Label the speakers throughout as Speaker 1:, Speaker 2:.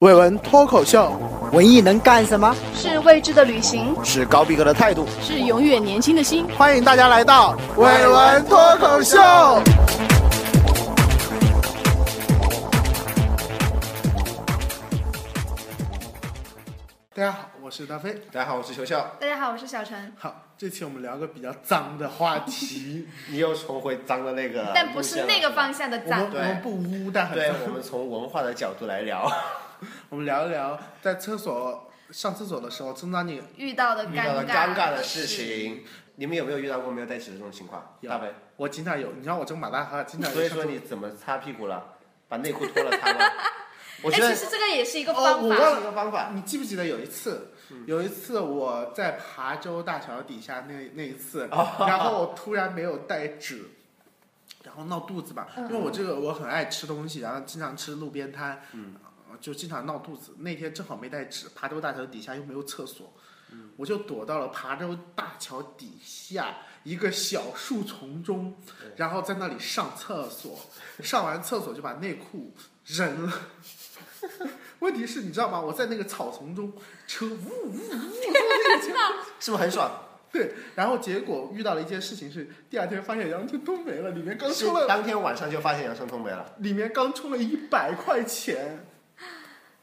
Speaker 1: 伟文脱口秀
Speaker 2: 文艺能干什么？
Speaker 3: 是未知的旅行，
Speaker 1: 是高逼格的态度，
Speaker 4: 是永远年轻的心。
Speaker 1: 欢迎大家来到伟文脱口秀。大家好，我是大飞。
Speaker 5: 大家好，我是球笑。
Speaker 3: 大家好，我是小陈，
Speaker 1: 好，这期我们聊个比较脏的话 题，
Speaker 5: 你又重回脏的那个，
Speaker 3: 但不是那个。方向的
Speaker 1: 我们
Speaker 3: 赞
Speaker 1: 我。们不污， 但很
Speaker 5: 对
Speaker 1: 脏。，
Speaker 5: 我们从文化的角度来聊，
Speaker 1: 我们聊一聊在厕所上厕所的时候，正当你
Speaker 3: 遇到的
Speaker 5: 遇到了
Speaker 3: 尴
Speaker 5: 尴尬
Speaker 3: 的
Speaker 5: 的事。情，你们有没有遇到过没有带纸的这种情况？
Speaker 1: 有
Speaker 5: 大白，
Speaker 1: 我经常有，你看我这个马大哈，经常有
Speaker 5: 所以
Speaker 1: 上厕
Speaker 5: 说
Speaker 1: 所
Speaker 5: 你怎么擦屁股了？把内裤脱了 擦吗？我
Speaker 3: 哎，
Speaker 5: 觉得
Speaker 3: 其实这个也是一个
Speaker 1: 哦
Speaker 3: 方
Speaker 1: 我忘
Speaker 5: 这
Speaker 3: 法。
Speaker 1: 了
Speaker 5: 是一个方法。
Speaker 1: 你记不记得有一次，有一次我在琶洲大桥底下那那一次，然后我突然没有带纸，然后闹肚子嘛，因为我这个我很爱吃东西，然后经常吃路边摊，呃就经常闹肚子。那天正好没带纸，琶洲大桥底下又没有厕所，我就躲到了琶洲大桥底下一个小树丛中，然后在那里上厕所，上完厕所就把内裤扔了。 问题是，你知道吗？我在那个草丛中，车呜呜，
Speaker 5: 是不是很爽？
Speaker 1: 对，然后结果遇到了一件事情是，第二天发现羊春通没了，里面刚
Speaker 5: 是
Speaker 1: 出了，
Speaker 5: 当天晚上就发现杨生通没了。
Speaker 1: 里面刚出了一百块钱，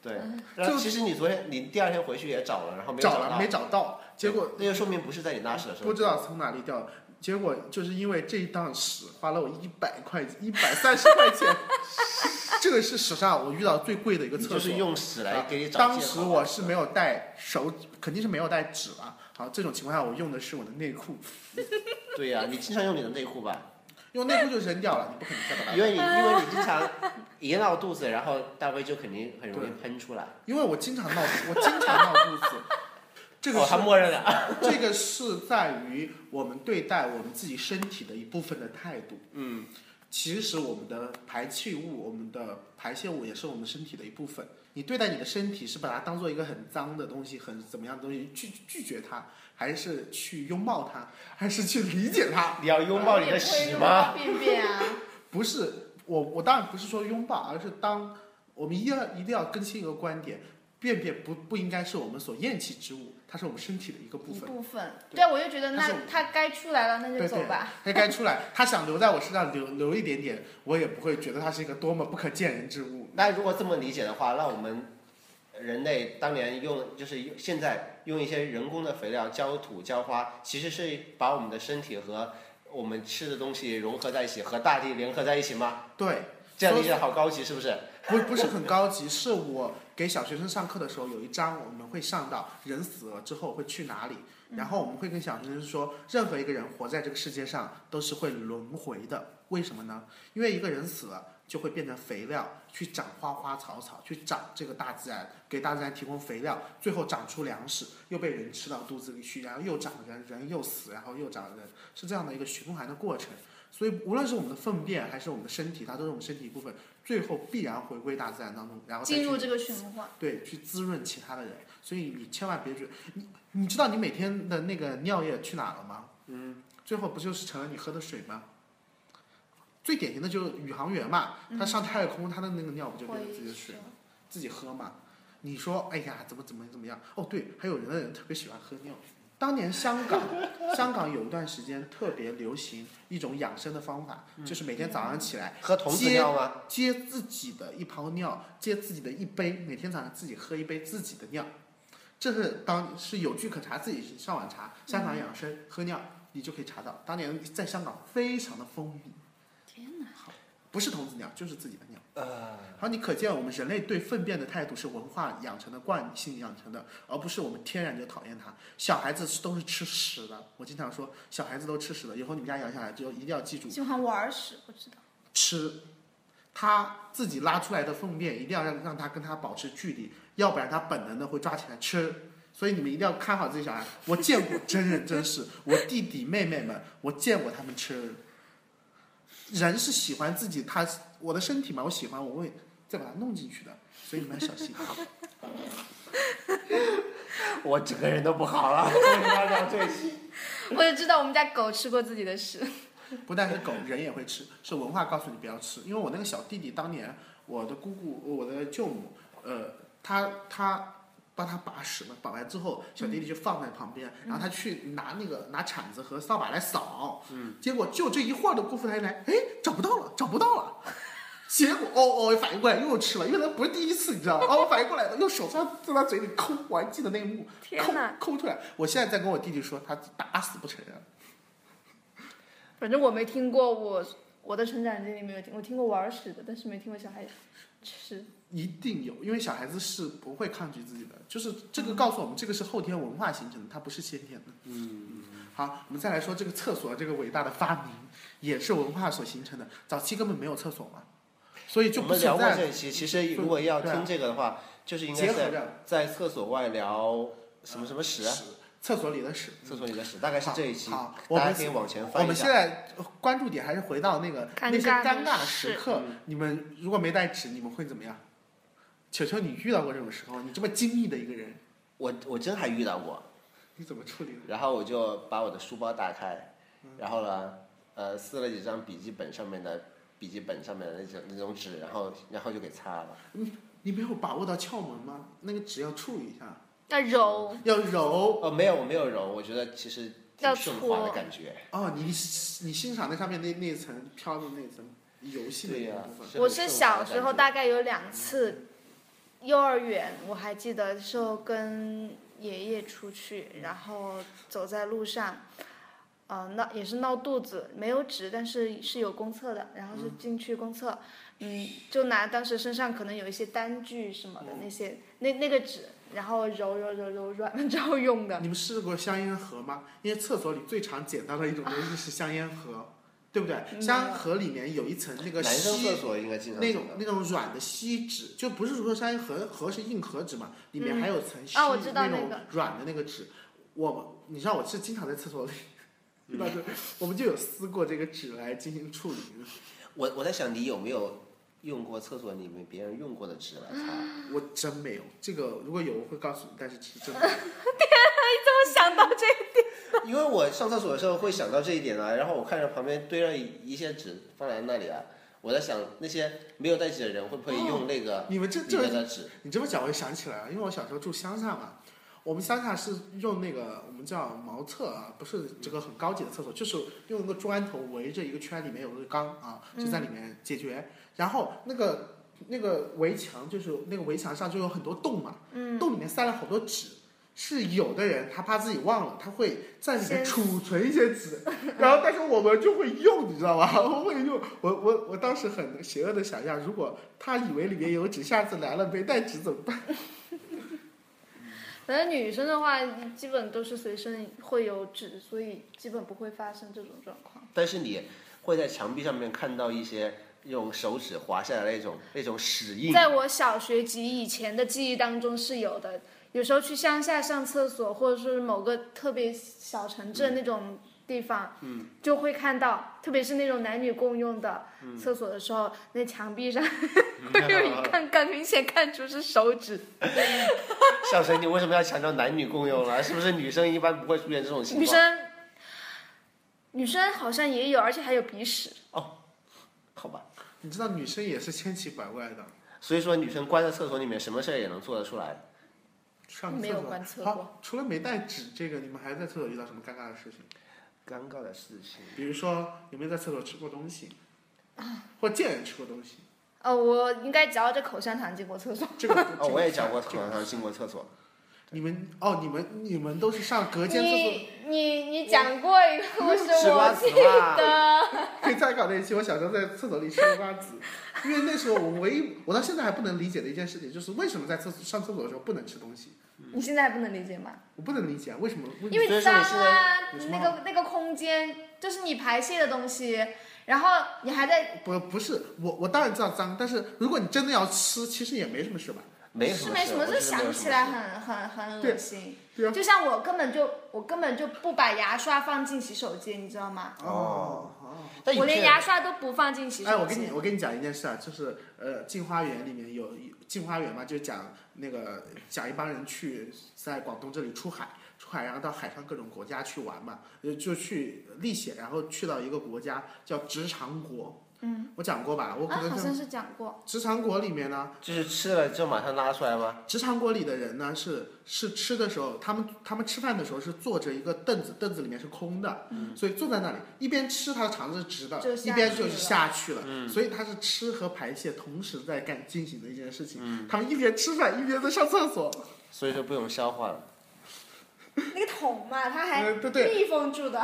Speaker 5: 对，然后其实你昨天你第二天回去也找了，然后没
Speaker 1: 嗯
Speaker 5: 有
Speaker 1: 找
Speaker 5: 到
Speaker 1: 了没，找到，结果
Speaker 5: 那就说明不是在你拉屎的时候。
Speaker 1: 不知道从哪里掉，结果就是因为这一趟屎花了我一百块，一百三十块钱，这个是史上我遇到最贵的一个
Speaker 5: 你
Speaker 1: 厕所
Speaker 5: 就是。用屎来给你找
Speaker 1: 当
Speaker 5: 借口啊
Speaker 1: 时我是没有带手，肯定是没有带纸了。好，这种情况下我用的是我的内裤，
Speaker 5: 对呀、你经常用你的内裤吧？
Speaker 1: 用内裤就扔掉了，你不可能再把它
Speaker 5: 因为你因为你经常一闹肚子，然后大卫就肯定很容易喷出来。
Speaker 1: 因为我经常闹，我经常闹肚子。这个
Speaker 5: 哦，
Speaker 1: 是、
Speaker 5: 他默认了。
Speaker 1: 这个是在于我们对待我们自己身体的一部分的态度。
Speaker 5: 嗯，
Speaker 1: 其实我们的排气物、我们的排泄物也是我们身体的一部分。你对待你的身体是把它当做一个很脏的东西、很怎么样的东西拒拒绝它，还是去拥抱它，还是去理解它？
Speaker 5: 你要拥抱你的屎吗？？
Speaker 3: 便便啊，
Speaker 1: 不是我，我当然不是说拥抱，而是当我们一定要一定要更新一个观点，便便不不应该是我们所厌弃之物，它是我们身体的一个部
Speaker 3: 一
Speaker 1: 分。
Speaker 3: 部分。对，我就觉得
Speaker 1: 但是
Speaker 3: 那他该出来了，那就
Speaker 1: 对
Speaker 3: 走吧。
Speaker 1: 它该出来，它想留在我身上留留一点点，我也不会觉得它是一个多么不可见人之物。
Speaker 5: 那如果这么理解的话，那我们人类当年用就是用现在用一些人工的肥料浇土浇花，其实是把我们的身体和我们吃的东西融合在一起，和大地联合在一起吗？
Speaker 1: 对，
Speaker 5: 这样理解好高级，是不是？
Speaker 1: 不不是很高级，是我给小学生上课的时候有一章，我们会上到人死了之后会去哪里，然后我们会跟小学生说，任何一个人活在这个世界上都是会轮回的，为什么呢？因为一个人死了就会变成肥料，去长花花草草，去长这个大自然，给大自然提供肥料，最后长出粮食，又被人吃到肚子里去，然后又长人，人又死，然后又长人，是这样的一个循环的过程。所以，无论是我们的粪便还是我们的身体，它都是我们身体一部分，最后必然回归大自然当中，然后再
Speaker 3: 进入
Speaker 1: 去
Speaker 3: 这个循环。
Speaker 1: 对去滋润其他的人。所以你千万别觉得你你知道你每天的那个尿液去哪了吗？嗯，最后不就是成了你喝的水吗？最典型的就是宇航员嘛，他上太空，他的那个尿不就变成自己的水吗？自己喝嘛。你说，哎呀，怎么怎么怎么样？哦，对，还有人的人特别喜欢喝尿。当年香港，香港有一段时间特别流行一种养生的方法，就是每天早上起来
Speaker 5: 喝童子尿吗？
Speaker 1: 接自己的一泡尿，接自己的一杯，每天早上自己喝一杯自己的尿，这是当是有据可查，自己上网查，香港养生、喝尿，你就可以查到。当年在香港非常的风靡，
Speaker 3: 天哪！
Speaker 1: 不是童子尿就是自己的尿。好，你可见我们人类对粪便的态度是文化养成的、惯性养成的，而不是我们天然就讨厌它。小孩子都是吃屎的，我经常说，小孩子都吃屎的，以后你们家养小孩就一定要记住，
Speaker 3: 喜欢玩屎，我知道。
Speaker 1: 吃，他自己拉出来的粪便一定要让让他跟他保持距离，要不然他本能的会抓起来吃。所以你们一定要看好自己小孩。我见过真人真事，我弟弟妹妹们，我见过他们吃。人是喜欢自己，他我的身体嘛，我喜欢，我会再把它弄进去的，所以你们要小心。
Speaker 5: 我整个人都不 好了，为什么要聊这些？
Speaker 3: 我就知道我们家狗吃过自己的屎。
Speaker 1: 不但是狗，人也会吃，是文化告诉你不要吃。因为我那个小弟弟当年，我的姑姑、我的舅母，呃，他他帮他把屎嘛，把完之后，小弟弟就放在旁边，
Speaker 4: 嗯
Speaker 1: 然后他去拿那个拿铲子和扫把来扫，
Speaker 5: 嗯，
Speaker 1: 结果就这一会儿的功夫，他一来，哎，找不到了，找不到了。结果哦哦，反应过来又吃了，因为他不是第一次，你知道吗？哦，我反应过来了，用手在在他嘴里抠，我还记得那一幕，
Speaker 4: 天
Speaker 1: 抠
Speaker 4: 哪！
Speaker 1: 抠出来。我现在在跟我弟弟说，他打死不承认。
Speaker 4: 反正我没听过我我的成长经历没有听，我听过玩屎的，但是没听过小孩吃。
Speaker 1: 一定有，因为小孩子是不会抗拒自己的，就是这个告诉我们，这个是后天文化形成的，它不是先天的。
Speaker 5: 嗯，
Speaker 1: 好，我们再来说这个厕所这个伟大的发明，也是文化所形成的。早期根本没有厕所嘛，所以就
Speaker 5: 我
Speaker 1: 不
Speaker 5: 们
Speaker 1: 存
Speaker 5: 聊过
Speaker 1: 在
Speaker 5: 这一期，其实如果要
Speaker 1: 对啊
Speaker 5: 听这个的话，就是应该
Speaker 1: 结合
Speaker 5: 在
Speaker 1: 着
Speaker 5: 在厕所外聊什么什么屎，
Speaker 1: 屎厕所里的屎。
Speaker 5: 厕所里的屎，大概是这一期，
Speaker 1: 好，我
Speaker 5: 大
Speaker 1: 们
Speaker 5: 家可以往前
Speaker 1: 我
Speaker 5: 翻一
Speaker 1: 们现
Speaker 5: 下。
Speaker 1: 在关注点还是回到那个
Speaker 4: 尴尬的
Speaker 1: 那些尴尬的时
Speaker 4: 事
Speaker 1: 刻
Speaker 5: 嗯。
Speaker 1: 你们如果没带纸，你们会怎么样？球球，你遇到过这种时候？你这么精密的一个人，
Speaker 5: 我我真还遇到过，
Speaker 1: 你怎么处理的？
Speaker 5: 然后我就把我的书包打开，然后呢，呃，撕了几张笔记本上面的笔记本上面的那种那种纸，然后然后就给擦了。
Speaker 1: 你没有把握到窍门吗？那个纸要处理一下。
Speaker 4: 要揉，
Speaker 1: 要揉
Speaker 5: 哦，没有，我没有揉，我觉得其实挺
Speaker 4: 要
Speaker 5: 顺滑的
Speaker 4: 搓
Speaker 5: 感觉。
Speaker 1: 哦，你你欣赏那上面那那层飘的那层油性的
Speaker 5: 对
Speaker 1: 那
Speaker 5: 呀、
Speaker 1: 部分，
Speaker 4: 我是小时候大概有两次，幼儿园我还记得时候跟爷爷出去，然后走在路上，呃闹也是闹肚子，没有纸，但是是有公厕的，然后是进去公厕，嗯，就拿当时身上可能有一些单据什么的
Speaker 1: 嗯
Speaker 4: 那些那那个纸，然后揉揉揉揉软了之后用的，
Speaker 1: 啊你们试过香烟盒吗？因为厕所里最常捡到的一种东西是香烟盒，对不对？
Speaker 4: 没有
Speaker 1: 香烟盒里面有一层那个
Speaker 5: 啊男生厕
Speaker 1: 锡。
Speaker 5: 所应该经常
Speaker 1: 那
Speaker 5: 这
Speaker 1: 种
Speaker 5: 样
Speaker 1: 那种软的锡纸，就不是说香烟盒盒是硬盒纸嘛，里面
Speaker 5: 嗯
Speaker 1: 还有
Speaker 5: 哦
Speaker 1: 层锡、
Speaker 4: 啊我知道
Speaker 1: 那种
Speaker 4: 那个
Speaker 1: 软的那个纸。我你知道我是经常在厕所里， 对吧？
Speaker 5: 嗯
Speaker 1: 就我们就有撕过这个纸来进行处理。
Speaker 5: 我我在想，你有没有用过厕所里面别人用过的纸来擦？
Speaker 1: 我真没有这个，如果有我会告诉你，但是是真的没有。
Speaker 4: 我想到这
Speaker 5: 因为我上厕所的时候会想到这一点啊，然后我看着旁边堆了一些纸放在那里啊，我在想那些没有带纸的人会不会
Speaker 4: 哦
Speaker 5: 用那个
Speaker 1: 你们这
Speaker 5: 里
Speaker 1: 这
Speaker 5: 面的纸？
Speaker 1: 你这么讲，我就想起来了，因为我小时候住乡下嘛，我们乡下是用那个我们叫茅厕啊，不是这个很高级的厕所，就是用一个砖头围着一个圈，里面有个缸啊，就在里面解决。然后那个那个围墙就是那个围墙上就有很多洞嘛，
Speaker 4: 嗯，
Speaker 1: 洞里面塞了好多纸。是有的人他怕自己忘了，他会在里面
Speaker 4: 先
Speaker 1: 储存一些纸，然后但是我们就会用，你知道吧？ 我会用，我我我当时很邪恶的想象，如果他以为里面有纸，下次来了没带纸怎么办？
Speaker 4: 反正女生的话，基本都是随身会有纸，所以基本不会发生这种状况。
Speaker 5: 但是你会在墙壁上面看到一些用手指划下来的那种那种屎印，
Speaker 4: 在我小学及以前的记忆当中是有的，有时候去乡下上厕所，或者说是某个特别小城镇那种地方，嗯，就会看到，特别是那种男女共用的厕所的时候，那墙壁上会有一看，更明显看出是手指。
Speaker 5: 小陈，你为什么要强调男女共用呢？是不是女生一般不会出现这种情况？
Speaker 4: 女生，女生好像也有，而且还有鼻屎。
Speaker 5: 好吧，
Speaker 1: 你知道女生也是千奇百怪的，
Speaker 5: 所以说女生关在厕所里面，什么事儿也能做得出来。
Speaker 1: 上
Speaker 4: 没
Speaker 1: 厕
Speaker 4: 有
Speaker 1: 所
Speaker 4: 观测过
Speaker 1: 好，除了没带纸这个，你们还在厕所遇到什么尴尬的事情？
Speaker 5: 尴尬的事情，
Speaker 1: 比如说有没有在厕所吃过东西，或见人吃过东西？
Speaker 4: 哦，我应该嚼着口香糖进过厕所。
Speaker 1: 这个
Speaker 5: 哦，我也讲过，
Speaker 1: 这
Speaker 5: 常
Speaker 1: 个
Speaker 5: 常进过厕所。
Speaker 1: 你们哦，你们你们都是上隔间厕所。
Speaker 4: 你你你讲过一个故事，
Speaker 5: 吃瓜
Speaker 4: 我
Speaker 5: 子
Speaker 4: 记
Speaker 5: 嘛
Speaker 4: 得。
Speaker 1: 可以再搞那一期。我小时候在厕所里吃瓜子，因为那时候我唯一，我到现在还不能理解的一件事情，就是为什么在厕所上厕所的时候不能吃东西，
Speaker 4: 你现在还不能理解吗？
Speaker 1: 我不能理解为什么。
Speaker 4: 因为
Speaker 5: 嗯所以说
Speaker 4: 脏
Speaker 5: 你现在
Speaker 4: 啊
Speaker 1: 有什，么
Speaker 4: 那个那个空间就是你排泄的东西，然后你还在
Speaker 1: 不不是我，我当然知道脏，但是如果你真的要吃，其实也没什么事吧。
Speaker 5: 没什
Speaker 4: 是
Speaker 5: 么
Speaker 4: 没
Speaker 5: 事，
Speaker 4: 什么，
Speaker 5: 我
Speaker 4: 就
Speaker 5: 觉得没有
Speaker 4: 想
Speaker 5: 什么
Speaker 4: 起来
Speaker 5: 事
Speaker 4: 很很很
Speaker 1: 对
Speaker 4: 恶心。
Speaker 1: 对啊
Speaker 4: 就像我根本就我根本就不把牙刷放进洗手间，你知道吗？
Speaker 5: 哦
Speaker 1: 哦。
Speaker 5: 但有
Speaker 4: 我
Speaker 5: 些
Speaker 4: 连
Speaker 5: 人
Speaker 4: 牙刷都不放进洗
Speaker 1: 哎，我
Speaker 4: 手
Speaker 1: 跟你
Speaker 4: 间。
Speaker 1: 我跟你讲一件事啊，就是呃，镜花缘里面有一镜花缘嘛，就讲那个讲一帮人去在广东这里出海，出海然后到海上各种国家去玩嘛，呃就去历险，然后去到一个国家叫直肠国，
Speaker 4: 嗯，
Speaker 1: 我讲过吧？我可
Speaker 4: 啊，
Speaker 1: 能
Speaker 4: 好
Speaker 1: 在
Speaker 4: 像是讲 过，
Speaker 1: 直肠果里面呢，
Speaker 5: 就是吃了之后马上拉出来吗？
Speaker 1: 直肠果里的人呢，是是吃的时候，他们他们吃饭的时候是坐着一个凳子，凳子里面是空的，所以坐在那里一边吃，他的肠子是直的
Speaker 4: 嗯就，下
Speaker 1: 一边就是
Speaker 4: 去了
Speaker 1: 下去了，所以他是吃和排泄同时在干进行的一件事情。他们一边吃饭一边在上厕所，
Speaker 5: 所以说不用消化了。
Speaker 4: 那个桶嘛，它还
Speaker 1: 嗯，
Speaker 5: 呃
Speaker 1: 对对，
Speaker 4: 密封住的，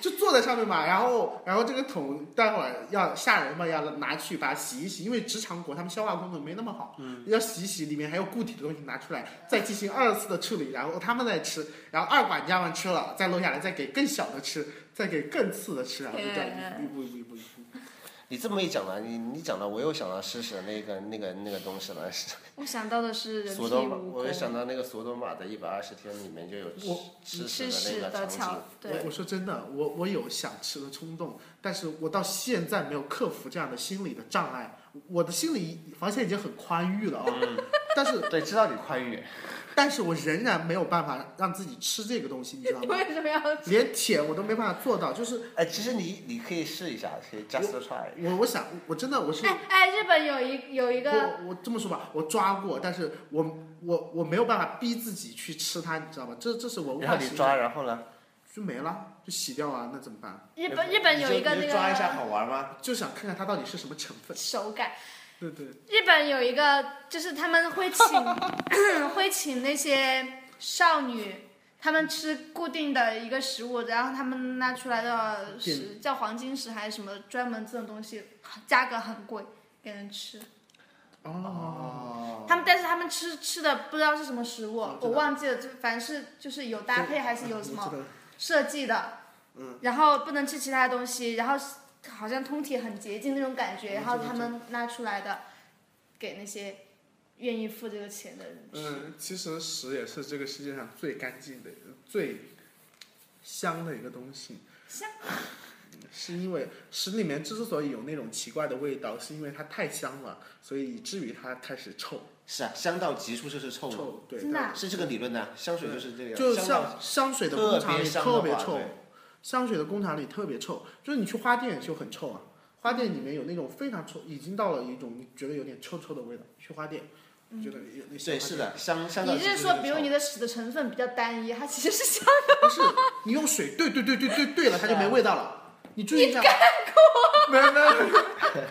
Speaker 1: 就坐在上面嘛，然后然后这个桶待会儿要吓人嘛，要拿去把它洗一洗，因为直肠果它们消化功能没那么好，要洗一洗，里面还有固体的东西拿出来，再进行二次的处理，然后他们再吃，然后二管家们吃了，再漏下来，再给更小的吃，再给更次的吃，然后就这样一步一步一步一步一步。
Speaker 5: 你这么一讲呢，你你讲到我又想到诗诗的那个那个那个东西了，是
Speaker 4: 我想到的是人体
Speaker 5: 索多玛，
Speaker 4: 蜈
Speaker 5: 我又想
Speaker 4: 蚣，
Speaker 5: 到那个索多玛的一百二十天里面就有
Speaker 1: 我
Speaker 5: 吃
Speaker 4: 吃
Speaker 5: 屎
Speaker 4: 屎
Speaker 5: 的那
Speaker 4: 的
Speaker 5: 个场景
Speaker 4: 巧，，对
Speaker 1: 我，我说真的，我我有想吃的冲动，但是我到现在没有克服这样的心理的障碍，我的心理防线已经很宽裕了啊、但是
Speaker 5: 对，知道你宽裕，
Speaker 1: 但是我仍然没有办法让自己吃这个东西，你知道
Speaker 4: 你
Speaker 1: 吗？
Speaker 4: 为什么要
Speaker 1: 连舔我都没办法做到，就是
Speaker 5: 哎，其实你你可以试一下，可以 just try。
Speaker 1: 我我想我真的我是
Speaker 4: 哎哎，日本有一有一个，
Speaker 1: 我我这么说吧，我抓过，但是我我我没有办法逼自己去吃它，你知道吗？这这是文
Speaker 5: 然后
Speaker 1: 化
Speaker 5: 你
Speaker 1: 形
Speaker 5: 抓，
Speaker 1: 象，
Speaker 5: 然后呢？
Speaker 1: 就没了，就洗掉啊，那怎么办？
Speaker 4: 日本日本有一个那
Speaker 5: 你就抓一下
Speaker 4: 个
Speaker 5: 好玩吗？
Speaker 1: 就想看看它到底是什么成分。
Speaker 4: 手感，
Speaker 1: 对对，
Speaker 4: 日本有一个就是他们会请 会请那些少女。他们吃固定的一个食物，然后他们拿出来的食叫黄金食还是什么专门这种东西，价格很贵，给人吃。
Speaker 1: 哦，
Speaker 4: 他们但是他们吃吃的不知道是什么食物，
Speaker 1: 哦知道
Speaker 4: 我忘记了，就凡是就是有搭配还是有什么，
Speaker 1: 嗯？我知道
Speaker 4: 设计的，
Speaker 1: 嗯，
Speaker 4: 然后不能吃其他东西，然后好像通体很洁净那种感觉，
Speaker 1: 嗯
Speaker 4: 然后
Speaker 1: 这个
Speaker 4: 他们拿出来的，给那些愿意付这个钱的人吃。
Speaker 1: 嗯，其实屎也是这个世界上最干净的、最香的一个东西。
Speaker 4: 香
Speaker 1: 嗯，是因为屎里面之所以有那种奇怪的味道，是因为它太香了，所以以至于它开始臭。
Speaker 5: 是啊，香到极处就是臭嘛，
Speaker 1: 臭，对，
Speaker 4: 真的啊、
Speaker 5: 是这个理论呢。香水就是这个样，
Speaker 1: 就
Speaker 5: 香到
Speaker 1: 像香水的工厂里特
Speaker 5: 特别
Speaker 1: 别
Speaker 5: 香的话
Speaker 1: 臭
Speaker 5: 对，
Speaker 1: 香水的工厂里特别臭，就是你去花店就很臭啊。花店里面有那种非常臭，已经到了一种你觉得有点臭臭的味道。去花店，觉得有那小花
Speaker 5: 嗯对，
Speaker 1: 店
Speaker 5: 是的，香香到
Speaker 4: 你
Speaker 5: 极处
Speaker 4: 是
Speaker 5: 就是
Speaker 4: 说，比如
Speaker 5: 臭
Speaker 4: 你的屎的成分比较单一，它其实是 香，
Speaker 1: 不是，你用水兑兑兑兑兑兑了，它就没味道了。你注意一下。没有没有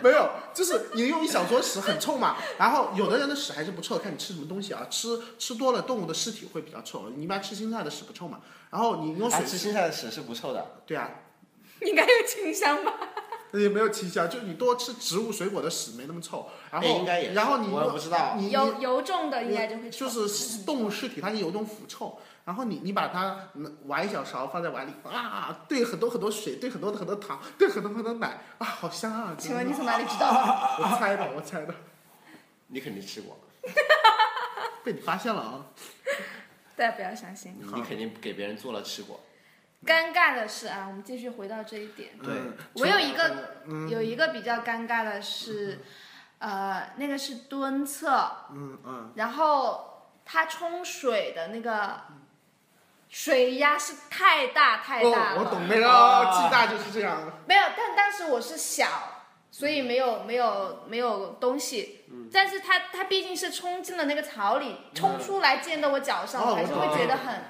Speaker 1: 没有，就是你用一小撮屎很臭嘛，然后有的人的屎还是不臭，看你吃什么东西啊，吃吃多了动物的尸体会比较臭，你一般吃青菜的屎不臭嘛，然后你用水
Speaker 5: 啊，吃青菜的屎是不臭的，
Speaker 1: 对啊，
Speaker 4: 你应该有清香吧？
Speaker 1: 也没有清香，就你多吃植物水果的屎没那么臭，然后
Speaker 5: 哎应该也是
Speaker 1: 然后你
Speaker 5: 我也不知道
Speaker 1: 你
Speaker 4: 油油重的应该就
Speaker 1: 你
Speaker 4: 会嗯
Speaker 1: 就
Speaker 4: 臭。
Speaker 1: 是动物尸体，它是有一种腐臭，然后你你把它嗯挖一小勺放在碗里啊，兑很多很多水，兑很多的很多糖，兑很多很多奶啊，好香啊！
Speaker 4: 请问你从哪里知道？
Speaker 1: 我猜的，我猜的，
Speaker 5: 你肯定吃过，
Speaker 1: 被你发现了啊！
Speaker 4: 大家不要相信。
Speaker 5: 你肯定给别人做了吃过。
Speaker 4: 尴尬的是啊，我们继续回到这一点。
Speaker 5: 对
Speaker 1: 嗯
Speaker 4: 我有一个、有一个比较尴尬的是，呃，那个是蹲厕，
Speaker 1: 嗯嗯，
Speaker 4: 然后它冲水的那个水压是太大太大
Speaker 1: 哦，
Speaker 4: 了，
Speaker 1: 我懂那个
Speaker 5: 啊
Speaker 1: 暨大就是这样，
Speaker 4: 没有，但当时我是小，所以没有没有没有东西。
Speaker 1: 嗯
Speaker 4: 但是它它毕竟是冲进了那个槽里，冲出来溅到我脚上，
Speaker 1: 哦
Speaker 4: 我还是
Speaker 1: 我懂
Speaker 4: 会觉得很，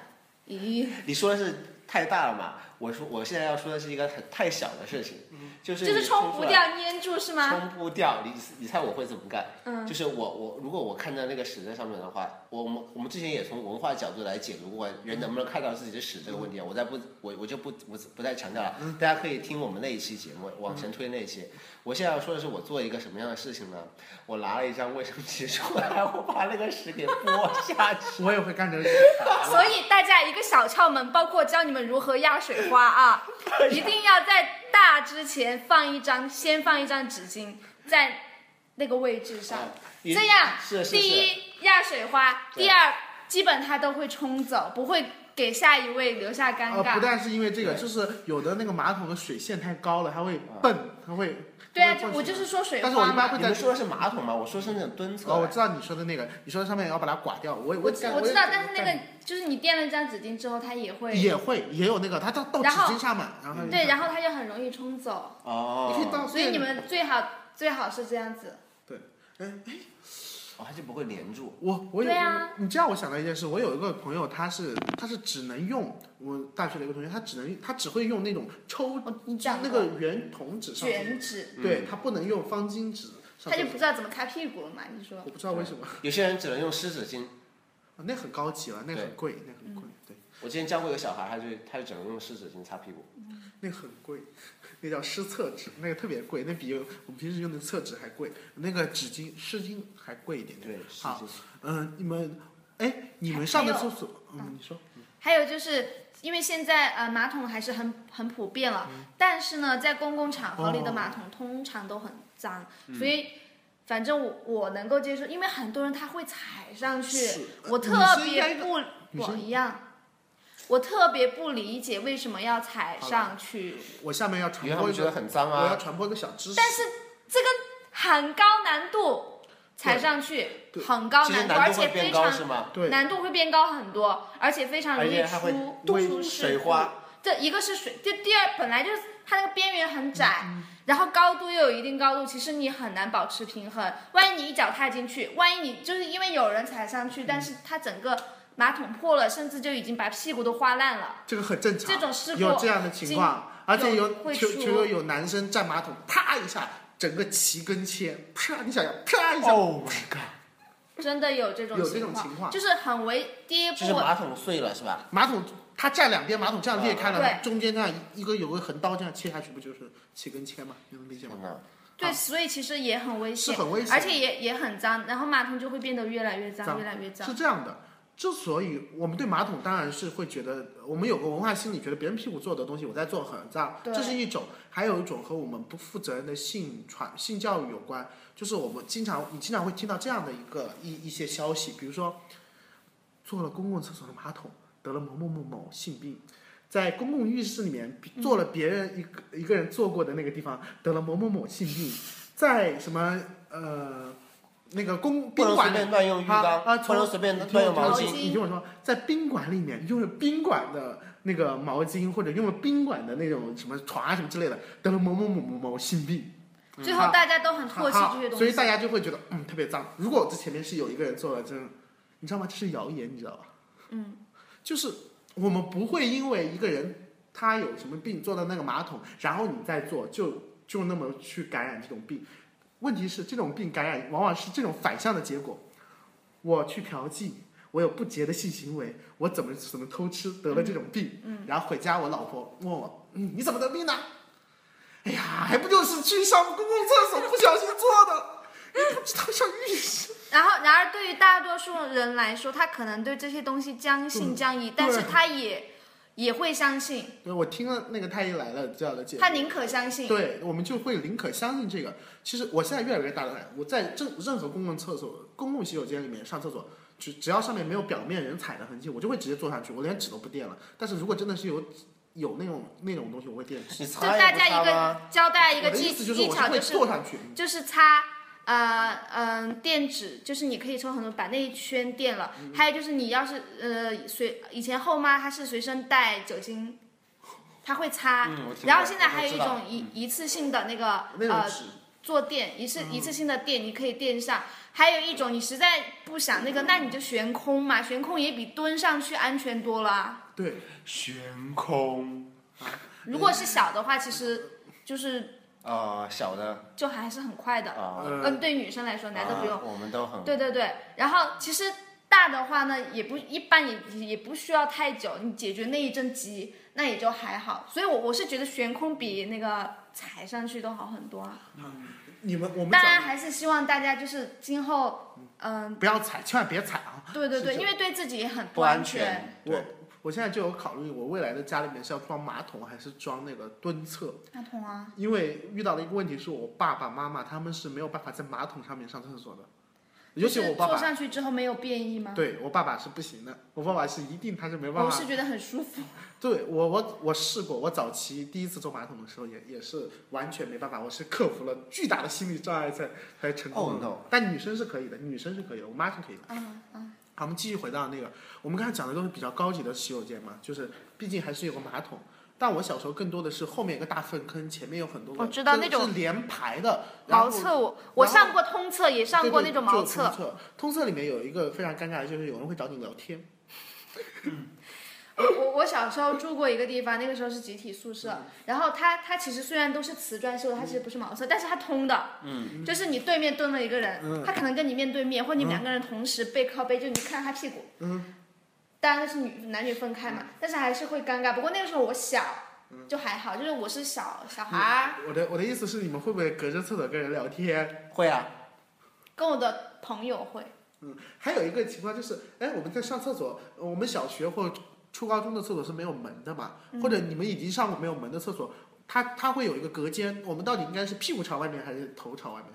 Speaker 4: 咦，
Speaker 5: 你说的是太大了嘛？我说我现在要说的是一个很太小的事情，就是
Speaker 4: 就是
Speaker 5: 你
Speaker 4: 冲
Speaker 5: 出
Speaker 4: 不
Speaker 5: 来
Speaker 4: 掉粘住是吗？
Speaker 5: 冲不掉，你你猜我会怎么干？
Speaker 4: 嗯
Speaker 5: 就是我我如果我看到那个屎在上面的话，我们我们之前也从文化角度来解读过人能不能看到自己的屎这个问题，啊我再不我我就不不不再强调了，大家可以听我们那一期节目往前推那一期。我现在要说的是我做一个什么样的事情呢？我拿了一张卫生纸出来，我把那个屎给拨下去。
Speaker 1: 我也会干这个事。啊
Speaker 4: 所以大家一个小窍门，包括教你们如何压水花啊，一定要在大之前放一张，先放一张纸巾在那个位置上，
Speaker 5: 啊你
Speaker 4: 这样
Speaker 5: 哦是是
Speaker 4: 第
Speaker 5: 是，
Speaker 4: 一压水花，
Speaker 5: 对
Speaker 4: 第二基本它都会冲走，不会给下一位留下尴
Speaker 1: 呃，不
Speaker 4: 尬。
Speaker 1: 但是因为这个，就是有的那个马桶的水线太高了，它会蹦，它会。
Speaker 4: 对啊，
Speaker 1: 它
Speaker 4: 就
Speaker 1: 会
Speaker 4: 我
Speaker 1: 蹦
Speaker 4: 就
Speaker 1: 出
Speaker 4: 是说水
Speaker 1: 但是我
Speaker 4: 花
Speaker 1: 一般
Speaker 4: 嘛。
Speaker 1: 会
Speaker 5: 你
Speaker 1: 在
Speaker 5: 们说的是马桶吗？我说是那种蹲厕。
Speaker 1: 哦，我知道你说的那个，你说上面要把它刮掉，我我
Speaker 4: 我
Speaker 1: 感
Speaker 4: 我知道，但是那
Speaker 1: 感
Speaker 4: 个就是你垫了一张纸巾之后，它也会
Speaker 1: 也会也有那个，它到到纸
Speaker 4: 然后嗯
Speaker 1: 巾上嘛，然后
Speaker 4: 对，然后它就很容易冲走，
Speaker 5: 哦，
Speaker 1: 你可以到，
Speaker 4: 所以你们最好最好是这样子。
Speaker 5: 哦，它就不会连住。
Speaker 1: 我我有
Speaker 4: 对啊
Speaker 1: 你这样我想到一件事，我有一个朋友，他是他是只能用我大学的一个同学，他只能他只会用那种抽
Speaker 4: 我哦你讲
Speaker 1: 那个圆筒纸上厕
Speaker 4: 卷纸，
Speaker 1: 所，对他不能用方巾纸上
Speaker 4: 他就
Speaker 1: 厕所，
Speaker 4: 不知道怎么擦屁股了嘛？你说
Speaker 1: 我不知道为什么，
Speaker 5: 有些人只能用湿纸巾。
Speaker 1: 啊那很高级了，那很贵，那很贵，对，
Speaker 5: 我之前教过一个小孩，他就他就只能用湿纸巾擦屁股。
Speaker 1: 那很贵，那叫湿厕纸，那个特别贵，那比我们平时用的厕纸还贵，那个纸巾湿巾还贵一点点。
Speaker 5: 对，湿
Speaker 1: 好
Speaker 5: 巾。
Speaker 1: 嗯，你们，哎，你们上的厕所，嗯，你说，
Speaker 4: 还有就是因为现在呃马桶还是很很普遍了，但是呢，在公共场合里的
Speaker 1: 嗯哦嗯
Speaker 4: 马桶通常都很脏，所以反正我我能够接受，因为很多人他会踩上去，
Speaker 1: 是呃
Speaker 4: 我
Speaker 1: 女
Speaker 4: 特
Speaker 1: 生应该
Speaker 4: 别不
Speaker 1: 女
Speaker 4: 我
Speaker 1: 生
Speaker 4: 一样。我特别不理解为什么要踩上去，
Speaker 1: 我下面要传
Speaker 5: 因为他
Speaker 1: 播
Speaker 5: 们
Speaker 1: 一
Speaker 5: 觉得
Speaker 1: 个，
Speaker 5: 很脏
Speaker 1: 我要
Speaker 5: 啊。
Speaker 1: 传播一个小知识。
Speaker 4: 但是这个很高难度，踩
Speaker 1: 对
Speaker 4: 上去
Speaker 1: 对
Speaker 4: 很高
Speaker 5: 其实
Speaker 4: 难度，而
Speaker 5: 难度
Speaker 4: 且
Speaker 5: 会变
Speaker 4: 非
Speaker 5: 高
Speaker 4: 常
Speaker 5: 是吗？
Speaker 1: 对，
Speaker 4: 难度会变高很多，而且非常容
Speaker 5: 而
Speaker 4: 易
Speaker 5: 且它会
Speaker 4: 出
Speaker 5: 微
Speaker 4: 出
Speaker 5: 水
Speaker 4: 事故。
Speaker 5: 花。
Speaker 4: 这一个是水，就第二本来就是它那个边缘很
Speaker 1: 嗯
Speaker 4: 窄，然后高度又有一定高度，其实你很难保持平衡。万一你一脚踏进去，万一你就是因为有人踩上
Speaker 1: 嗯
Speaker 4: 去，但是它整个马桶破了，甚至就已经把屁股都花烂了，
Speaker 1: 这个很正常，
Speaker 4: 这种事故
Speaker 1: 有这样的情况，而且
Speaker 4: 有
Speaker 1: 有
Speaker 4: 会
Speaker 1: 球
Speaker 4: 出
Speaker 1: 球友有男生站马桶，啪一下，整个齐跟切，啪，你想想，啪一下，
Speaker 5: Oh my god！
Speaker 4: 真的有这种
Speaker 1: 有这
Speaker 4: 情
Speaker 1: 种情况
Speaker 4: 就是很危。第一步
Speaker 5: 就是马桶碎了是吧？
Speaker 1: 马桶它站两边，马桶这样裂开了，
Speaker 4: 对
Speaker 1: 中间这样一个有个横刀这样切下去，不就是齐跟切吗？你能理解吗？
Speaker 5: 嗯，
Speaker 4: 对，所以其实也很危
Speaker 1: 是
Speaker 4: 险，
Speaker 1: 很危险，
Speaker 4: 而且也也很脏，然后马桶就会变得越来越
Speaker 1: 脏
Speaker 4: 越来越脏。
Speaker 1: 是这样的，之所以我们对马桶当然是会觉得，我们有个文化心理，觉得别人屁股做的东西我在做很脏，
Speaker 4: 对
Speaker 1: 这是一种；还有一种和我们不负责任的性传性教育有关，就是我们经常你经常会听到这样的一个一一些消息，比如说，做了公共厕所的马桶得了某某某某性病。在公共浴室里面
Speaker 5: 嗯
Speaker 1: 做了别人一个、一个人做过的那个地方得了某某某性病，在什么呃那个公
Speaker 5: 不
Speaker 1: 宾
Speaker 5: 能
Speaker 1: 馆
Speaker 5: 随
Speaker 1: 里
Speaker 5: 便乱用浴
Speaker 1: 啊啊
Speaker 5: 缸，不
Speaker 1: 从
Speaker 5: 能随便
Speaker 1: 你听
Speaker 5: 乱
Speaker 1: 我
Speaker 5: 用毛
Speaker 1: 说
Speaker 4: 巾
Speaker 1: 你听我说，在宾馆里面用了宾馆的那个毛巾，或者用了宾馆的那种什么床啊什么之类的，得了某某某某某性病，
Speaker 4: 最后大家都很唾弃
Speaker 1: 嗯好
Speaker 4: 这些东西，
Speaker 1: 所以大家就会觉得嗯特别脏。如果这前面是有一个人做了，真的，你知道吗？这是谣言，你知道吧？
Speaker 4: 嗯，
Speaker 1: 就是我们不会因为一个人他有什么病坐到那个马桶，然后你再坐就就那么去感染这种病。问题是这种病感染往往是这种反向的结果。我去嫖妓，我有不洁的性行为，我怎么怎么偷吃得了这种病，
Speaker 4: 嗯
Speaker 1: 然后回家我老婆问我，嗯，你怎么得病的？哎呀，还不就是去上公共厕所不小心做的，你不知道上浴室。
Speaker 4: 然后，然而对于大多数人来说，他可能对这些东西将信将疑，但是他也也会相信，
Speaker 1: 对，我听了那个太医来了这样的解释
Speaker 4: 他，宁可相信。
Speaker 1: 对，我们就会宁可相信这个。其实我现在越来越大胆，我在任任何公共厕所、公共洗手间里面上厕所，只只要上面没有表面人踩的痕迹，我就会直接坐上去，我连纸都不垫了。但是如果真的是有有那种那种东西，我会垫纸。
Speaker 5: 你
Speaker 4: 就
Speaker 5: 擦
Speaker 4: 大
Speaker 5: 也不
Speaker 4: 家一
Speaker 5: 擦吗？
Speaker 4: 个交代一
Speaker 1: 我
Speaker 4: 个
Speaker 1: 的
Speaker 4: 技
Speaker 1: 意思就是
Speaker 4: 技
Speaker 1: 我是
Speaker 4: 巧，
Speaker 1: 会
Speaker 4: 就是
Speaker 1: 坐上去，
Speaker 4: 就是擦，呃嗯、垫纸，就是你可以抽很多，把那一圈垫了。
Speaker 5: 嗯
Speaker 4: 还有就是你要是呃随以前后妈她是随身带酒精，她会擦。
Speaker 5: 嗯我听
Speaker 4: 然后
Speaker 5: 过
Speaker 4: 现在
Speaker 5: 我
Speaker 4: 还有
Speaker 5: 知
Speaker 4: 一
Speaker 5: 道嗯
Speaker 4: 种一、一次性的那个
Speaker 1: 那
Speaker 4: 呃
Speaker 1: 种纸。
Speaker 4: 坐垫，一次
Speaker 5: 嗯
Speaker 4: 一次性的垫，你可以垫上。还有一种，你实在不想那个，那你就悬空嘛，悬空也比蹲上去安全多了啊。
Speaker 1: 对，
Speaker 5: 悬空
Speaker 4: 如果是小的话，其实就是
Speaker 5: 啊，小的
Speaker 4: 就还是很快的。
Speaker 5: 啊，
Speaker 1: 呃
Speaker 4: 嗯，对女生来说，男的不用
Speaker 5: 啊。我们都很
Speaker 4: 对对对，然后其实大的话呢，也不一般也也不需要太久，你解决那一阵急，那也就还好。所以我我是觉得悬空比那个踩上去都好很多啊。
Speaker 1: 你们我们
Speaker 4: 当然
Speaker 1: 讲
Speaker 4: 还是希望大家就是今后，嗯、
Speaker 1: 不要踩，千万别踩啊！
Speaker 4: 对对
Speaker 1: 是
Speaker 4: 对，
Speaker 1: 这
Speaker 4: 因为对自己也很
Speaker 5: 不
Speaker 4: 安
Speaker 5: 安
Speaker 4: 全。
Speaker 5: 全。
Speaker 1: 我
Speaker 5: 对，
Speaker 1: 我现在就有考虑，我未来的家里面是要装马桶还是装那个蹲厕？
Speaker 4: 马桶啊，
Speaker 1: 因为遇到了一个问题，是我爸爸妈妈他们是没有办法在马桶上面上厕所的，尤其我爸
Speaker 4: 坐
Speaker 1: 爸，
Speaker 4: 上去之后没有变异吗？
Speaker 1: 对我爸爸是不行的，我爸爸是一定他是没办
Speaker 4: 我
Speaker 1: 法
Speaker 4: 是觉得很舒服。
Speaker 1: 对我，我我试过，我早期第一次坐马桶的时候也也是完全没办法，我是克服了巨大的心理障碍才才成功的。
Speaker 5: Oh, no.
Speaker 1: 但女生是可以的，女生是可以的，我妈是可以的。
Speaker 4: 嗯嗯，
Speaker 1: 好，我们继续回到那个，我们刚才讲的都是比较高级的洗手间嘛，就是毕竟还是有个马桶。但我小时候更多的是后面有个大粪坑，前面有很多个，
Speaker 3: 我知道
Speaker 1: 是
Speaker 3: 那种
Speaker 1: 是连排的然
Speaker 3: 茅
Speaker 1: 后
Speaker 3: 厕我我
Speaker 1: 然后
Speaker 3: 上过通厕，也上过那种茅
Speaker 1: 对
Speaker 3: 厕
Speaker 1: 对，就是通厕。通厕里面有一个非常尴尬的，就是有人会找你聊天。
Speaker 4: 我我我小时候住过一个地方，那个时候是集体宿舍，然后它它其实虽然都是瓷砖设的，它其实不是茅厕，但是它通的，嗯，就是你对面蹲了一个人，他可能跟你面对面，或者你们两个人同时背靠背，就你看他屁股，
Speaker 1: 嗯，
Speaker 4: 当然是女男女分开嘛，但是还是会尴尬。不过那个时候我小，就还好，就是我是小小孩儿，
Speaker 1: 我的我的意思是，你们会不会隔着厕所跟人聊天？
Speaker 5: 会啊，
Speaker 4: 跟我的朋友会，
Speaker 1: 还有一个情况就是，哎，我们在上厕所，呃我们小学或者初高中的厕所是没有门的嘛，或者你们已经上过没有门的厕所，它它会有一个隔间，我们到底应该是屁股朝外面还是头朝外面？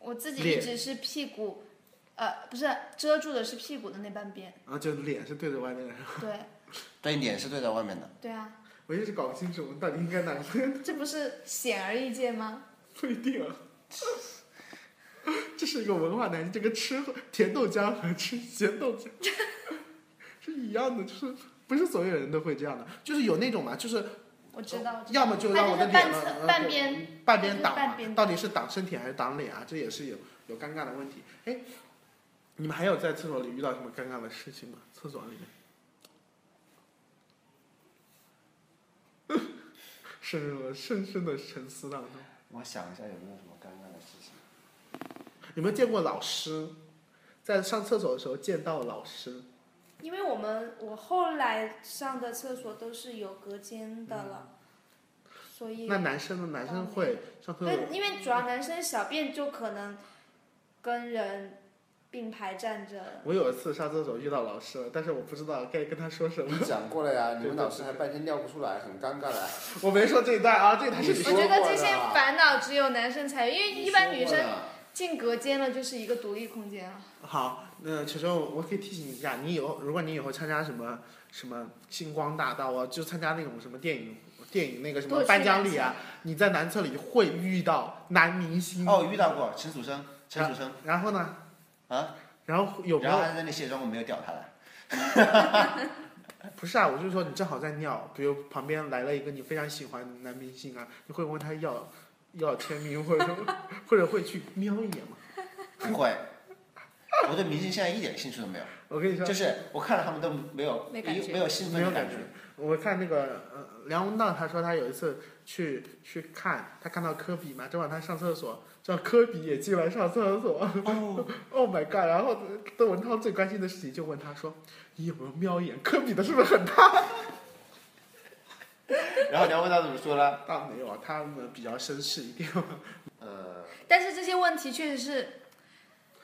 Speaker 4: 我自己
Speaker 1: 脸
Speaker 4: 一直是屁股，呃，不是遮住的是屁股的那半 边，
Speaker 1: 然后啊就脸是对着外面的。
Speaker 4: 对
Speaker 5: 对，脸是对着外面的。
Speaker 4: 对啊，
Speaker 1: 我一直搞不清楚我们到底应该哪个，
Speaker 4: 这不是显而易见吗？
Speaker 1: 不一定啊。 这是一个文化难题，这跟吃甜豆浆和吃咸豆浆 是一样的，就是不是所有人都会这样的，就是有那种嘛，就是
Speaker 4: 我知道，我知道
Speaker 1: 要么就让我的
Speaker 4: 它
Speaker 1: 脸
Speaker 4: 就是
Speaker 1: 了
Speaker 4: 半侧
Speaker 1: 呃
Speaker 4: 半边
Speaker 1: 半边挡
Speaker 4: 半
Speaker 1: 嘛
Speaker 4: 边，
Speaker 1: 到底是挡身体还是挡脸啊？这也是有有尴尬的问题。哎，你们还有在厕所里遇到什么尴尬的事情吗？厕所里面？ 陷入了深深的沉思当中。
Speaker 5: 我想一下有没有什么尴尬的事情。
Speaker 1: 你们见过老师在上厕所的时候见到老师？
Speaker 4: 因为我们我后来上的厕所都是有隔间的了，所以
Speaker 1: 嗯那男生呢？男生会上厕所
Speaker 4: 对，因为主要男生小便就可能跟人并排站着，
Speaker 1: 我有一次上厕所遇到老师了，但是我不知道该跟他说什么。
Speaker 6: 你讲过了呀，你
Speaker 1: 对对
Speaker 6: 们老师还半天尿不出来，很尴尬的。
Speaker 1: 我没说这一段啊，这他是
Speaker 6: 你
Speaker 4: 我
Speaker 6: 说
Speaker 4: 觉得
Speaker 6: 过
Speaker 4: 这些
Speaker 6: 的啊
Speaker 4: 烦恼只有男生才有，因为一般女
Speaker 6: 你说过
Speaker 4: 生
Speaker 6: 的
Speaker 4: 进隔间了就是一个独立空间了。啊
Speaker 1: 好，那球球，我可以提醒你一下，你以后如果你以后参加什么什么星光大道啊，就参加那种什么电影电影那个什么
Speaker 4: 多去
Speaker 1: 颁奖礼啊，你在男厕里会遇到男明星，
Speaker 5: 哦，遇到过陈楚生，陈楚生
Speaker 1: 然后呢，
Speaker 5: 啊，
Speaker 1: 然后有没
Speaker 5: 然后
Speaker 1: 有？
Speaker 5: 他在那里卸妆，我没有屌他了。
Speaker 1: 不是啊，我就说你正好在尿，比如旁边来了一个你非常喜欢的男明星啊，你会问他要要签名，或者说 或者会去瞄一眼吗？
Speaker 5: 不会，我对明星现在一点兴趣都没有，
Speaker 1: 我跟你说
Speaker 5: 就，是我看了他们都没有
Speaker 4: 没感觉
Speaker 5: 没有兴奋
Speaker 1: 没有
Speaker 5: 的
Speaker 1: 感觉
Speaker 5: 觉。。
Speaker 1: 我看那个呃梁文道，他说他有一次去去看，他看到科比嘛，正好他上厕所，正好科比也进来上厕所
Speaker 5: 哦，
Speaker 1: ，Oh my god！然后窦文涛最关心的事情就问他说：“你有没有瞄一眼科比的是不是很大
Speaker 5: 然后梁文道怎么说呢？？”
Speaker 1: 啊，没有啊，他们比较绅士一点。
Speaker 6: 呃，
Speaker 4: 但是这些问题确实是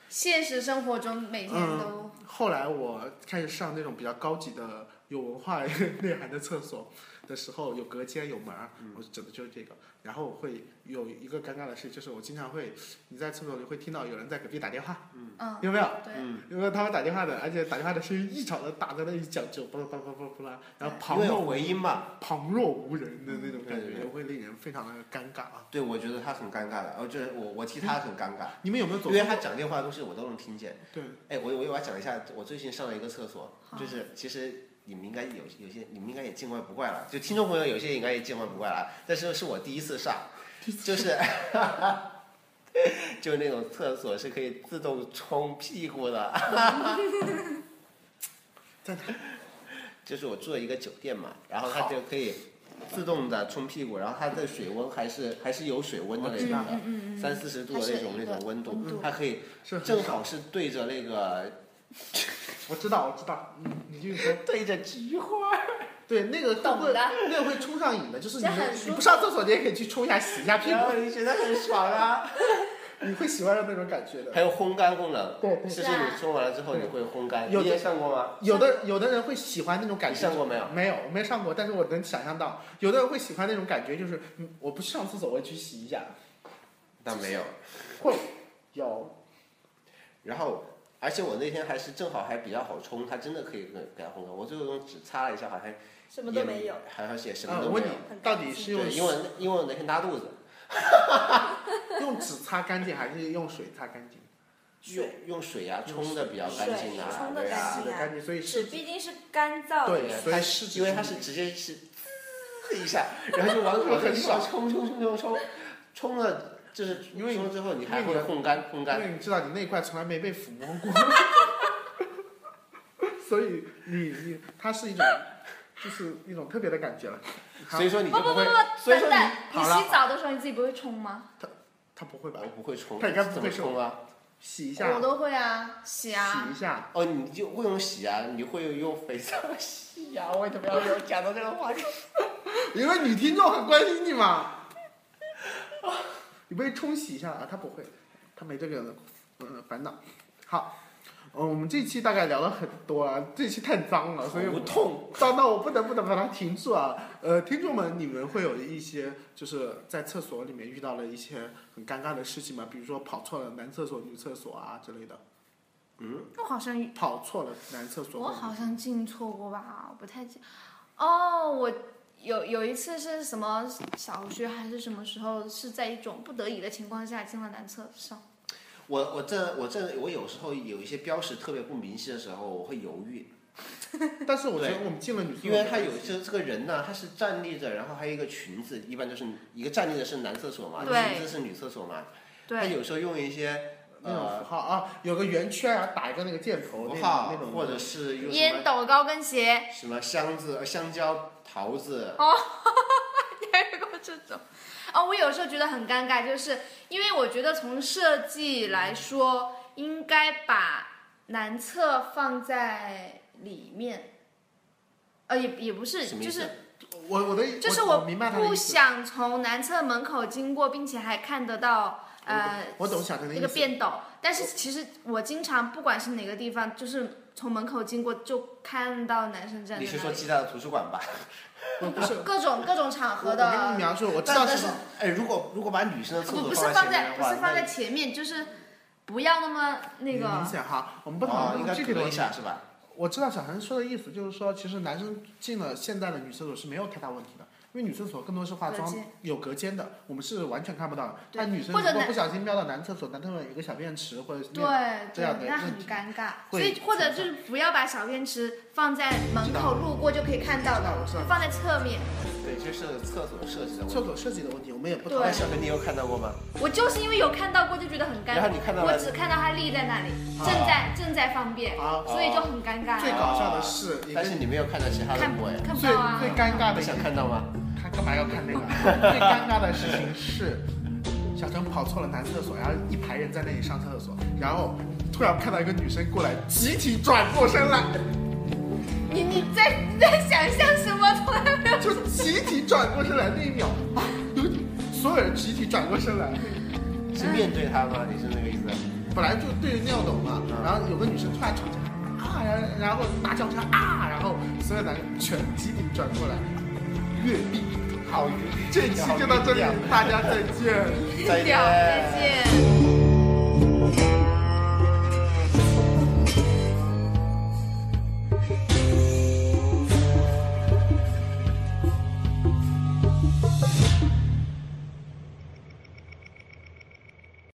Speaker 4: 现实生活中每天
Speaker 1: 嗯
Speaker 4: 都
Speaker 1: 后来我开始上那种比较高级的、有文化内涵的厕所的时候，有隔间、有门儿，我指的就是这个。然后会有一个尴尬的事，就是我经常会你在厕所里会听到有人在隔壁打电话，
Speaker 4: 嗯
Speaker 1: 有没有？
Speaker 4: 对。
Speaker 5: 嗯，
Speaker 1: 有没有他们打电话的？而且打电话的声音异常的大，在那里讲究，巴拉巴拉巴拉巴拉，然后
Speaker 5: 因
Speaker 1: 旁
Speaker 5: 为有
Speaker 1: 若
Speaker 5: 回音嘛。
Speaker 1: 旁若无人的那种感
Speaker 5: 对对
Speaker 1: 觉，
Speaker 5: 对
Speaker 1: 会令人非常的尴尬啊！
Speaker 5: 对，我觉得他很尴尬的，哦，就是我我替他很尴尬，
Speaker 1: 你们有没有走
Speaker 5: 因
Speaker 1: 过？
Speaker 5: 为他讲电话的东西我都能听见。
Speaker 1: 对，
Speaker 5: 哎，我我我要讲一下，我最近上了一个厕所，
Speaker 4: 好
Speaker 5: 就是其实你们应该有有些你们应该也见怪不怪了，就听众朋友有些应该也见怪不怪了，但是是我第一次上， 就是就是那种厕所是可以自动冲屁股 的，
Speaker 1: 在哪？
Speaker 5: 就是我住了一个酒店嘛，然后它就可以自动的冲屁股，然后它的水温还是还是有水温的那种
Speaker 4: 嗯嗯嗯
Speaker 5: 的，三四十度的那种
Speaker 4: 它是有一
Speaker 5: 那
Speaker 4: 个
Speaker 5: 种温
Speaker 4: 温度
Speaker 5: 度，它可以
Speaker 1: 是很
Speaker 5: 正好是对着那个
Speaker 1: 我知道，我知道，你你继续说。
Speaker 5: 对着菊花，
Speaker 1: 对，那个
Speaker 4: 懂
Speaker 1: 会
Speaker 4: 的
Speaker 1: 那个会冲上瘾的，就是你
Speaker 4: 这很舒服
Speaker 1: 你不上厕所，你也可以去冲一下、洗一下屁
Speaker 5: 然后
Speaker 1: 股，
Speaker 5: 你觉得很爽啊。
Speaker 1: 你会喜欢上那种感觉的。
Speaker 5: 还有烘干功能，
Speaker 1: 对对
Speaker 5: 就是你冲完了之后
Speaker 1: 对
Speaker 5: 你会烘干，
Speaker 1: 有
Speaker 5: 你
Speaker 1: 的
Speaker 5: 也上过吗？
Speaker 1: 有的有的人会喜欢那种感
Speaker 5: 你
Speaker 1: 觉，
Speaker 5: 上过没有？
Speaker 1: 没有，我没上过，但是我能想象到，有的人会喜欢那种感觉，就是嗯我不去上厕所，我也去洗一下。
Speaker 5: 那没有。
Speaker 1: 会有，
Speaker 5: 然后而且我那天还是正好还比较好冲，它真的可以给给它烘干。我就用纸擦了一下，好像
Speaker 7: 什么都没有。，
Speaker 5: 好像是也什么
Speaker 1: 啊，
Speaker 5: 都
Speaker 1: 我
Speaker 5: 没
Speaker 1: 问
Speaker 5: 有
Speaker 1: 你。
Speaker 7: 很干净
Speaker 1: 到底是用
Speaker 5: 对，因为因为我那天拉肚子，
Speaker 1: 用纸擦干净还是用水擦干净？
Speaker 5: 用用水呀、冲的比较干净
Speaker 7: 水
Speaker 5: 啊
Speaker 7: 冲，得
Speaker 5: 对
Speaker 7: 干
Speaker 5: 啊
Speaker 1: 洗，的干净，所以
Speaker 7: 纸
Speaker 1: 是
Speaker 7: 毕竟是干燥的，
Speaker 1: 对， 所以湿纸
Speaker 5: 因为它
Speaker 1: 巾
Speaker 5: 是直接是滋一下，然后就 往我的手冲冲冲冲冲，冲了就是
Speaker 1: 因为
Speaker 5: 冲了之后你还会烘干烘
Speaker 1: 因
Speaker 5: 干。
Speaker 1: 为你知道你那一块从来没被抚摸过， 所以你你它是一种，就是一种特别的感觉了。好
Speaker 5: 所以说你就
Speaker 4: 不不
Speaker 5: 不
Speaker 4: 不
Speaker 5: 会，
Speaker 4: 不，
Speaker 5: 所以
Speaker 4: 等
Speaker 5: 说
Speaker 4: 等
Speaker 5: 你，
Speaker 4: 你洗澡的时候你自己不会冲吗？
Speaker 1: 它不会吧
Speaker 5: 我？不会冲，
Speaker 1: 它应该不
Speaker 5: 怎
Speaker 1: 会
Speaker 5: 么
Speaker 1: 冲
Speaker 5: 冲啊？
Speaker 1: 洗一下，
Speaker 4: 我都会啊，洗啊
Speaker 1: 洗一。下，
Speaker 5: 哦，你就不用洗啊，你会用肥皂洗啊？为什么要给我讲到这个话题？
Speaker 1: 因为女听众很关心你嘛。 你被冲洗一下啊？他不会，他没这个嗯烦恼。好，呃，我们这期大概聊了很多啊，这期太脏了，所以
Speaker 5: 头
Speaker 1: 我
Speaker 5: 痛。
Speaker 1: 脏到我不得不得把它停住啊！呃，听众们，你们会有一些就是在厕所里面遇到了一些很尴尬的事情吗？比如说跑错了男厕所、女厕所啊之类的，
Speaker 4: 我好像
Speaker 1: 跑错了男厕所。
Speaker 4: 我好像进错过吧，我不太记。哦，我有有一次是什么小学还是什么时候，是在一种不得已的情况下进了男厕上。
Speaker 5: 我我这我这我有时候有一些标识特别不明晰的时候，我会犹豫，
Speaker 1: 但是我觉得我们进了女厕所，
Speaker 5: 因为他有些这个人呢，他是站立着，然后还有一个裙子，一般就是一个站立的是男厕所嘛，
Speaker 4: 对
Speaker 5: 裙子是女厕所嘛。他
Speaker 4: 对，
Speaker 5: 有时候用一些
Speaker 1: 那种
Speaker 5: 呃
Speaker 1: 符号啊，有个圆圈，然后打一个那个箭头，
Speaker 5: 符
Speaker 1: 那
Speaker 5: 号
Speaker 1: 种那种，
Speaker 5: 或者是用什
Speaker 4: 烟
Speaker 5: 么
Speaker 4: 斗高跟鞋，
Speaker 5: 什么香子、呃香蕉、桃子，
Speaker 4: 哦遇过这种。 哦，我有时候觉得很尴尬，就是因为我觉得从设计来说，应该把男厕放在里面。呃，也也不是，
Speaker 5: 什么
Speaker 4: 就
Speaker 5: 意思
Speaker 4: 是
Speaker 1: 我我的
Speaker 4: 就是
Speaker 1: 我
Speaker 4: 我
Speaker 1: 明白他的
Speaker 4: 不
Speaker 1: 意思，
Speaker 4: 想从男厕门口经过，并且还看得到呃
Speaker 1: 我懂小陈的
Speaker 4: 那
Speaker 1: 意
Speaker 4: 个
Speaker 1: 思。
Speaker 4: 便斗。但是其实我经常不管是哪个地方，就是从门口经过就看到男生站在那里。
Speaker 5: 你是说寄到图书馆吧？
Speaker 1: 我不是，我
Speaker 4: 各种各种场
Speaker 1: 我
Speaker 4: 合的
Speaker 1: 跟你描述，我知道
Speaker 5: 但但
Speaker 1: 是
Speaker 5: 是，哎，如果如果把女生的厕
Speaker 4: 不
Speaker 5: 所
Speaker 4: 不是
Speaker 5: 放
Speaker 4: 放
Speaker 5: 在
Speaker 4: 在
Speaker 5: 前面
Speaker 4: 不
Speaker 5: 的话，
Speaker 4: 是放在
Speaker 5: 那
Speaker 4: 前面，就是不要那么那
Speaker 1: 明
Speaker 4: 个。
Speaker 1: 显哈，我们不讨
Speaker 5: 哦，应
Speaker 1: 论
Speaker 5: 该
Speaker 1: 具体的
Speaker 5: 隔
Speaker 1: 问
Speaker 5: 一
Speaker 1: 题。
Speaker 5: 下是吧？
Speaker 1: 我知道小韩说的意思，就是说，其实男生进了现在的女厕所是没有太大问题的，因为女厕所更多是化妆
Speaker 4: 隔间
Speaker 1: 有隔间的，我们是完全看不到的。
Speaker 4: 对
Speaker 1: 但女生
Speaker 4: 或者
Speaker 1: 如果
Speaker 4: 男
Speaker 1: 不小心瞄到男厕所，男厕所有一个小便池或者是
Speaker 4: 对
Speaker 1: 那
Speaker 4: 对
Speaker 1: 这样的，
Speaker 4: 那
Speaker 1: 问
Speaker 4: 很
Speaker 1: 题
Speaker 4: 尴尬。所
Speaker 1: 会
Speaker 4: 以或者就是不要把小便池放在门口路过就可以看到的，
Speaker 1: 知道
Speaker 4: 就放在侧面。
Speaker 5: 对，就是厕所设计的问
Speaker 1: 厕
Speaker 5: 题。
Speaker 1: 所设计的问题，我们也不讨
Speaker 5: 那
Speaker 1: 论
Speaker 4: 对。
Speaker 5: 小陈，你有看到过吗？
Speaker 4: 我就是因为有看到过，就觉得很尴尬。
Speaker 5: 然后你看到了
Speaker 4: 我只看到他立在那里，正在正在方便，
Speaker 1: 啊
Speaker 4: 所以就很尴尬。
Speaker 1: 最搞笑的是，一个
Speaker 5: 但是
Speaker 1: 最
Speaker 5: 你没有看到其他的
Speaker 4: 看
Speaker 5: 部位，
Speaker 4: 看不
Speaker 1: 最
Speaker 4: 到啊。
Speaker 1: 尴尬的
Speaker 5: 你
Speaker 1: 一
Speaker 5: 想
Speaker 1: 个
Speaker 5: 看到吗？
Speaker 1: 他干嘛要看那个？最尴尬的事情是，小陈跑错了男厕所，然后一排人在那里上厕所，然后突然看到一个女生过来，集体转过身来，
Speaker 4: 你你在你在想象什么？从来没有。
Speaker 1: 就集体转过身来那一秒，啊，有所有人集体转过身来，
Speaker 5: 是面对他
Speaker 4: 嗯
Speaker 5: 吗？你是那个意思？
Speaker 1: 本来就对着尿斗嘛，然后有个女生突然冲进来。啊，然后然后大叫一声啊，然后所有男人全集体转过来，阅兵，好，这期就到这里，大家再见。
Speaker 5: 再见
Speaker 4: 再见。